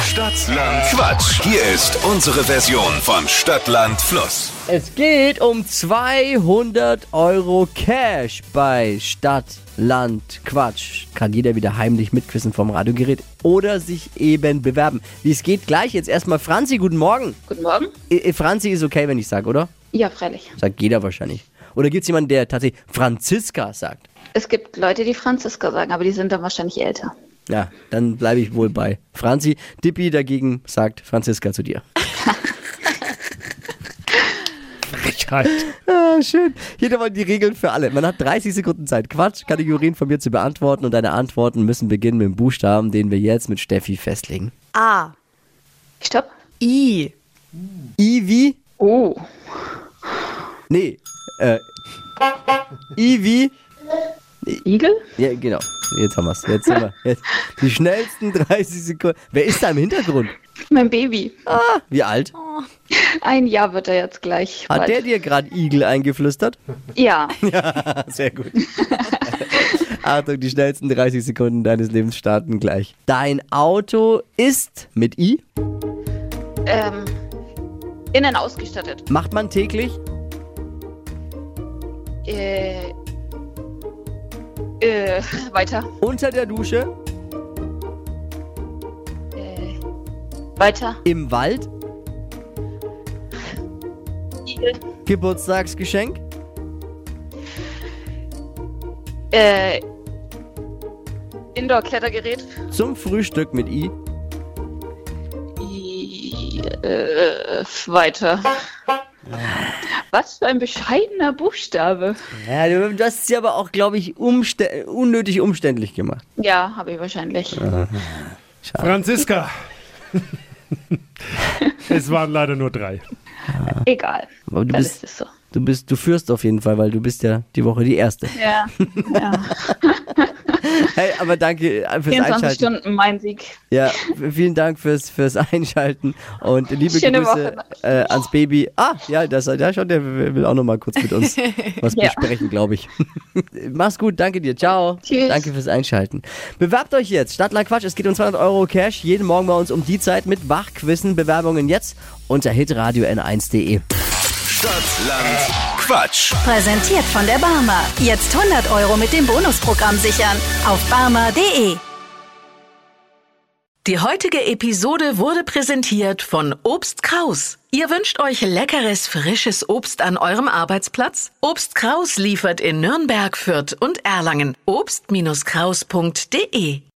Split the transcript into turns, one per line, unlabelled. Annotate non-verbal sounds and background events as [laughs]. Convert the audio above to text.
Stadtland Quatsch. Hier ist unsere Version von Stadtland Fluss.
Es geht um 200 Euro Cash bei Stadt, Land, Quatsch. Kann jeder wieder heimlich mitquissen vom Radiogerät oder sich eben bewerben. Wie es geht gleich, jetzt erstmal Franzi, guten Morgen.
Guten Morgen.
Äh, äh, Franzi ist okay, wenn ich sage, oder?
Ja, freilich.
Sagt jeder wahrscheinlich. Oder gibt es jemanden, der tatsächlich Franziska sagt?
Es gibt Leute, die Franziska sagen, aber die sind dann wahrscheinlich älter.
Ja, dann bleibe ich wohl bei Franzi. Dippi dagegen sagt Franziska zu dir.
Frechheit.
Ah, schön. Hier nochmal die Regeln für alle. Man hat 30 Sekunden Zeit, Quatschkategorien von mir zu beantworten und deine Antworten müssen beginnen mit dem Buchstaben, den wir jetzt mit Steffi festlegen.
A.
Stopp.
I.
I wie?
Oh.
Nee. Äh, I wie?
Igel?
Ja, genau. Jetzt haben wir's. Jetzt sind wir. Jetzt. Die schnellsten 30 Sekunden. Wer ist da im Hintergrund?
Mein Baby.
Ah, wie alt?
Ein Jahr wird er jetzt gleich.
Hat
bald.
der dir gerade Igel [laughs] eingeflüstert?
ja.
Sehr gut. [laughs] Achtung, die schnellsten 30 Sekunden deines Lebens starten gleich. Dein Auto ist mit I,
ähm, innen ausgestattet.
macht man täglich,
Äh, äh, weiter.
unter der Dusche,
Äh, weiter.
im Wald,
Igel.
Geburtstagsgeschenk,
Äh, Indoor-Klettergerät.
zum Frühstück mit I,
I- Äh, weiter. Was für ein bescheidener Buchstabe.
Ja, du, du hast sie aber auch, glaube ich, umstä unnötig umständlich gemacht.
Ja, habe ich wahrscheinlich.
Franziska. es waren leider nur drei.
Egal.
Aber du
Dann
bist,
ist es so.
du bist, du führst auf jeden Fall, weil du bist ja die Woche die Erste. [laughs]
Ja.
Hey, aber danke äh, fürs
24
Einschalten.
Stunden mein Sieg.
Ja, w- vielen Dank fürs, fürs Einschalten und liebe
Schöne
Grüße äh, ans Baby. Ah, ja, das, ja, schon, der will will auch noch mal kurz mit
[laughs]
uns was
Ja.
besprechen, glaube ich. [laughs] Mach's gut, danke dir, ciao.
Tschüss.
Danke fürs Einschalten. Bewerbt euch jetzt, Stadtland Quatsch, es geht um 200 Euro Cash, jeden Morgen bei uns um die Zeit mit Wachquissen, Bewerbungen jetzt unter hitradio n1.de.
Stadtland Quatsch.
Präsentiert von der Barmer. Jetzt 100 Euro mit dem Bonusprogramm sichern. Auf barmer.de.
Die heutige Episode wurde präsentiert von Obst Kraus. Ihr wünscht euch leckeres, frisches Obst an eurem Arbeitsplatz? Obst Kraus liefert in Nürnberg, Fürth und Erlangen. Obst-Kraus.de